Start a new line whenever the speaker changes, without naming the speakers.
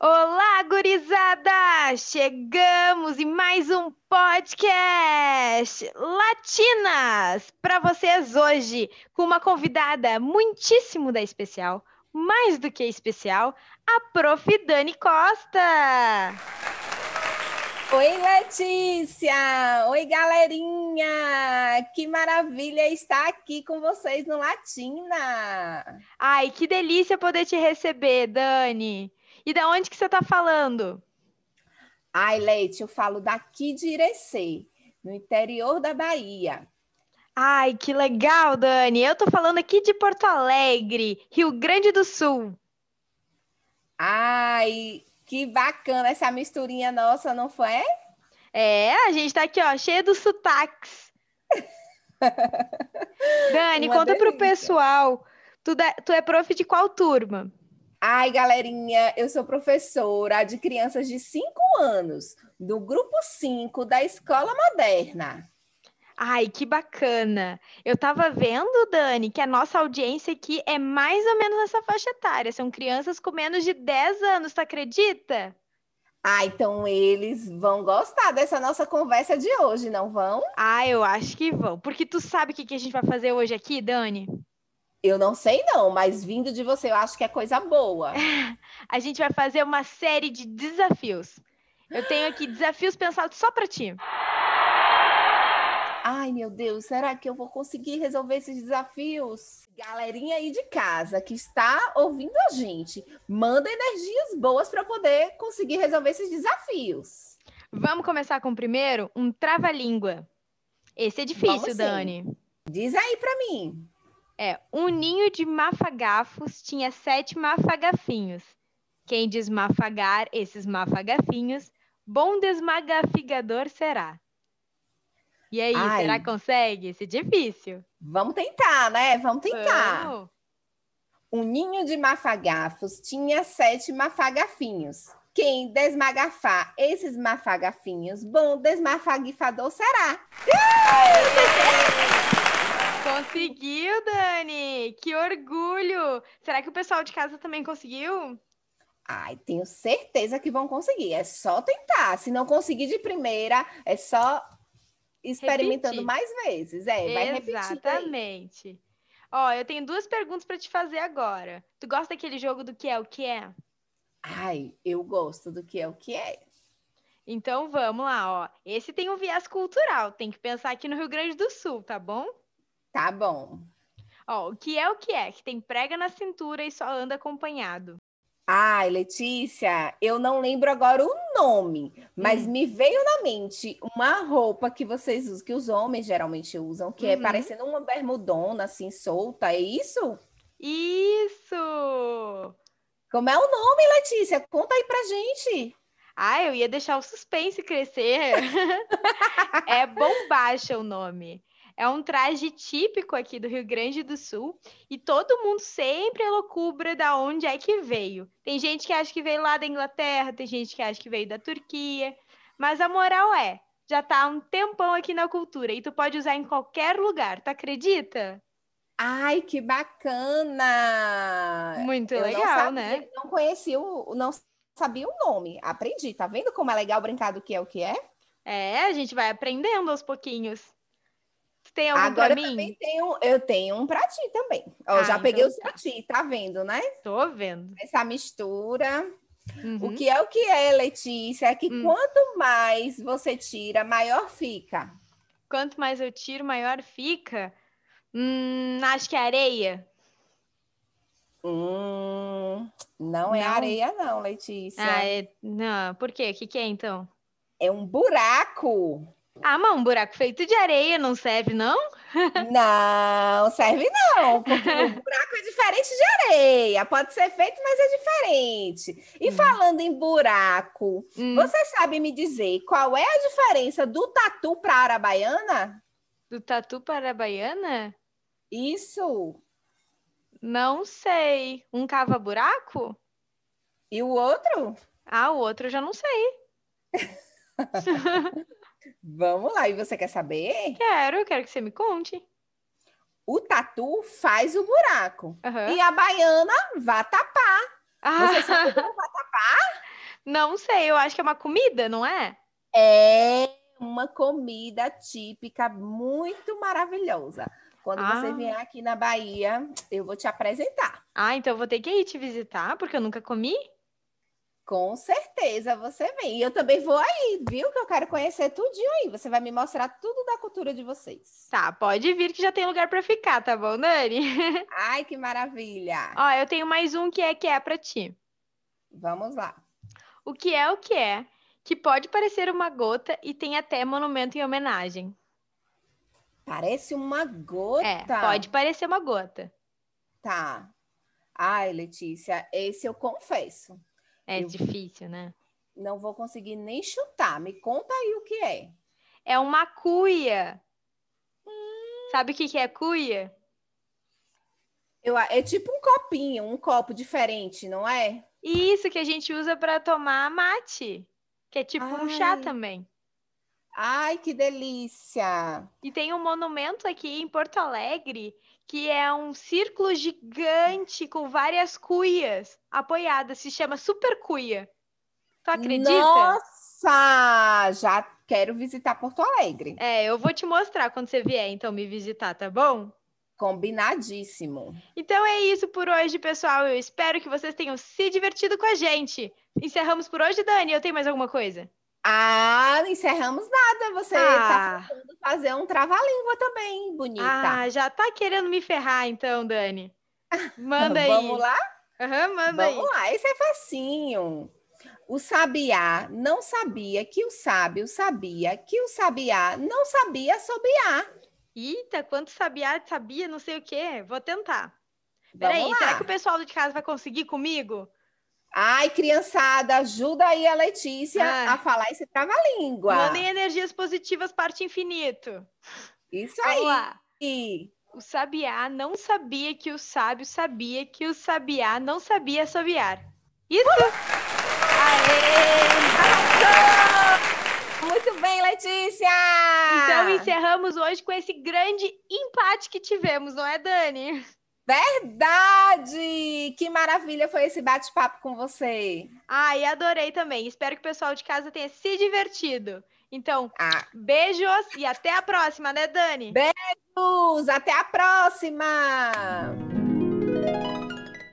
Olá, gurizada! Chegamos em mais um podcast Latinas para vocês hoje, com uma convidada muitíssimo da especial, mais do que especial, a Prof. Dani Costa.
Oi, Letícia! Oi, galerinha! Que maravilha estar aqui com vocês no Latina!
Ai, que delícia poder te receber, Dani! E da onde que você está falando?
Ai, Leite, eu falo daqui de Irecê, no interior da Bahia.
Ai, que legal, Dani! Eu tô falando aqui de Porto Alegre, Rio Grande do Sul.
Ai, que bacana essa misturinha nossa, não foi?
É, a gente tá aqui, ó, cheio dos sotaques. Dani,
Uma
conta pro
delícia.
pessoal. Tu, da- tu é prof de qual turma?
Ai, galerinha, eu sou professora de crianças de 5 anos, do grupo 5 da Escola Moderna.
Ai, que bacana! Eu tava vendo, Dani, que a nossa audiência aqui é mais ou menos nessa faixa etária. São crianças com menos de 10 anos, tu acredita?
Ah, então eles vão gostar dessa nossa conversa de hoje, não vão?
Ah, eu acho que vão. Porque tu sabe o que, que a gente vai fazer hoje aqui, Dani?
Eu não sei não, mas vindo de você eu acho que é coisa boa.
A gente vai fazer uma série de desafios. Eu tenho aqui desafios pensados só pra ti.
Ai, meu Deus, será que eu vou conseguir resolver esses desafios? Galerinha aí de casa que está ouvindo a gente, manda energias boas para poder conseguir resolver esses desafios.
Vamos começar com o primeiro, um trava-língua. Esse é difícil,
Vamos sim.
Dani.
Diz aí para mim.
É, um ninho de mafagafos tinha sete mafagafinhos. Quem desmafagar esses mafagafinhos, bom desmagafigador será. E aí,
Ai.
será que consegue? Esse é difícil.
Vamos tentar, né? Vamos tentar.
Vamos.
Um ninho de mafagafos tinha sete mafagafinhos. Quem desmagafar esses mafagafinhos, bom desmafagifador será.
Conseguiu, Dani! Que orgulho! Será que o pessoal de casa também conseguiu?
Ai, tenho certeza que vão conseguir. É só tentar. Se não conseguir de primeira, é só experimentando
Repetir.
mais vezes. É, vai repetindo. aí.
Exatamente. Ó, eu tenho duas perguntas para te fazer agora. Tu gosta daquele jogo do que é o que é?
Ai, eu gosto do que é o que é.
Então vamos lá, ó. Esse tem um viés cultural, tem que pensar aqui no Rio Grande do Sul, tá bom?
Tá bom.
Ó, o que é o que é? Que tem prega na cintura e só anda acompanhado.
Ai, Letícia, eu não lembro agora o nome, mas
Hum.
me veio na mente uma roupa que vocês usam, que os homens geralmente usam, que é
Uhum.
parecendo uma bermudona assim solta. É isso?
Isso!
Como é o nome, Letícia? Conta aí pra gente.
Ah, eu ia deixar o suspense crescer. é bombacha o nome. É um traje típico aqui do Rio Grande do Sul e todo mundo sempre elucubra da onde é que veio. Tem gente que acha que veio lá da Inglaterra, tem gente que acha que veio da Turquia, mas a moral é, já tá há um tempão aqui na cultura e tu pode usar em qualquer lugar, tu acredita?
Ai, que bacana!
Muito
É, Eu não
legal,
sabia,
né?
Não conhecia o, não sabia o nome. Aprendi, tá vendo como é legal brincar do que é o que é?
É, a gente vai aprendendo aos pouquinhos. Tu tem algum
Agora
pra mim?
eu também tenho, eu tenho um pra ti também. Ó,
Ah,
já
então
peguei os
tá.
pra ti, tá vendo, né?
Tô vendo.
Essa mistura.
Uhum.
O que é o que é, Letícia? É que
Hum.
quanto mais você tira, maior fica.
Quanto mais eu tiro, maior fica. Hum, acho que é areia.
Hum, não é
Não.
areia, não, Letícia.
Ah, é- Não, por quê? O que, que é então?
É um buraco.
Ah, mas um buraco feito de areia não serve, não?
Não, serve não, porque o buraco é diferente de areia. Pode ser feito, mas é diferente. E
Hum.
falando em buraco,
Hum,
você sabe me dizer qual é a diferença do tatu para a arabaiana?
do tatu para a baiana?
Isso.
Não sei. Um cava-buraco?
E o outro?
Ah, o outro eu já não sei.
Vamos lá, e você quer saber?
Quero, quero que você me conte.
O tatu faz o buraco
Aham.
e a baiana vai tapar.
Ah,
Você sabe como vai tapar?
Não sei, eu acho que é uma comida, não é?
É uma comida típica muito maravilhosa. Quando
Ah.
você vier aqui na Bahia, eu vou te apresentar.
Ah, então eu vou ter que ir te visitar, porque eu nunca comi.
Com certeza você vem. E eu também vou aí, viu? Que eu quero conhecer tudinho aí. Você vai me mostrar tudo da cultura de vocês.
Tá, pode vir que já tem lugar pra ficar, tá bom, Dani?
Ai, que maravilha!
Ó, eu tenho mais um que é que é pra ti.
Vamos lá.
O que é o que é, que pode parecer uma gota e tem até monumento em homenagem.
Parece uma gota.
É, pode parecer uma gota.
Tá. Ai, Letícia, esse eu confesso.
É
Eu-
difícil, né?
Não vou conseguir nem chutar. Me conta aí o que é.
É uma cuia.
Hum.
Sabe o que que é cuia?
Eu, a- é tipo um copinho, um copo diferente, não é?
Isso que a gente usa pra tomar mate, que é tipo um chá
Ai.
também.
Ai, que delícia!
E tem um monumento aqui em Porto Alegre que é um círculo gigante com várias cuias apoiadas. Se chama Super Cuia. Tu acredita?
Nossa! Já quero visitar Porto Alegre.
É, eu vou te mostrar quando você vier, então, me visitar, tá bom?
Combinadíssimo.
Então é isso por hoje, pessoal. Eu espero que vocês tenham se divertido com a gente. Encerramos por hoje, Dani. Eu tenho mais alguma coisa?
Ah, não encerramos nada. Você está
ah,
fazer um trava-língua também, bonita.
ah, já tá querendo me ferrar, então, Dani. Manda aí.
Vamos lá?
Aham, manda aí.
Vamos lá, esse é facinho. O sabiá não sabia que o sábio sabia que o sabiá não sabia sobre a.
Eita, quanto sabia, sabia, não sei o quê. Vou tentar. Peraí,
Vamos
será
lá.
que o pessoal de casa vai conseguir comigo?
Ai, criançada, ajuda aí a Letícia
Ai.
a falar esse trava-língua.
Mandem energias positivas, parte infinito.
Isso
Vamos
aí.
lá. O sabiá não sabia que o sábio sabia que o sabiá não sabia assobiar. Isso! Aê!
Muito bem, Letícia! Ah.
Então encerramos hoje com esse grande empate que tivemos, não é, Dani?
Verdade! Que maravilha foi esse bate-papo com você.
Ai, adorei também. Espero que o pessoal de casa tenha se divertido. Então,
Ah,
beijos e até a próxima, né, Dani?
Luz, até a próxima!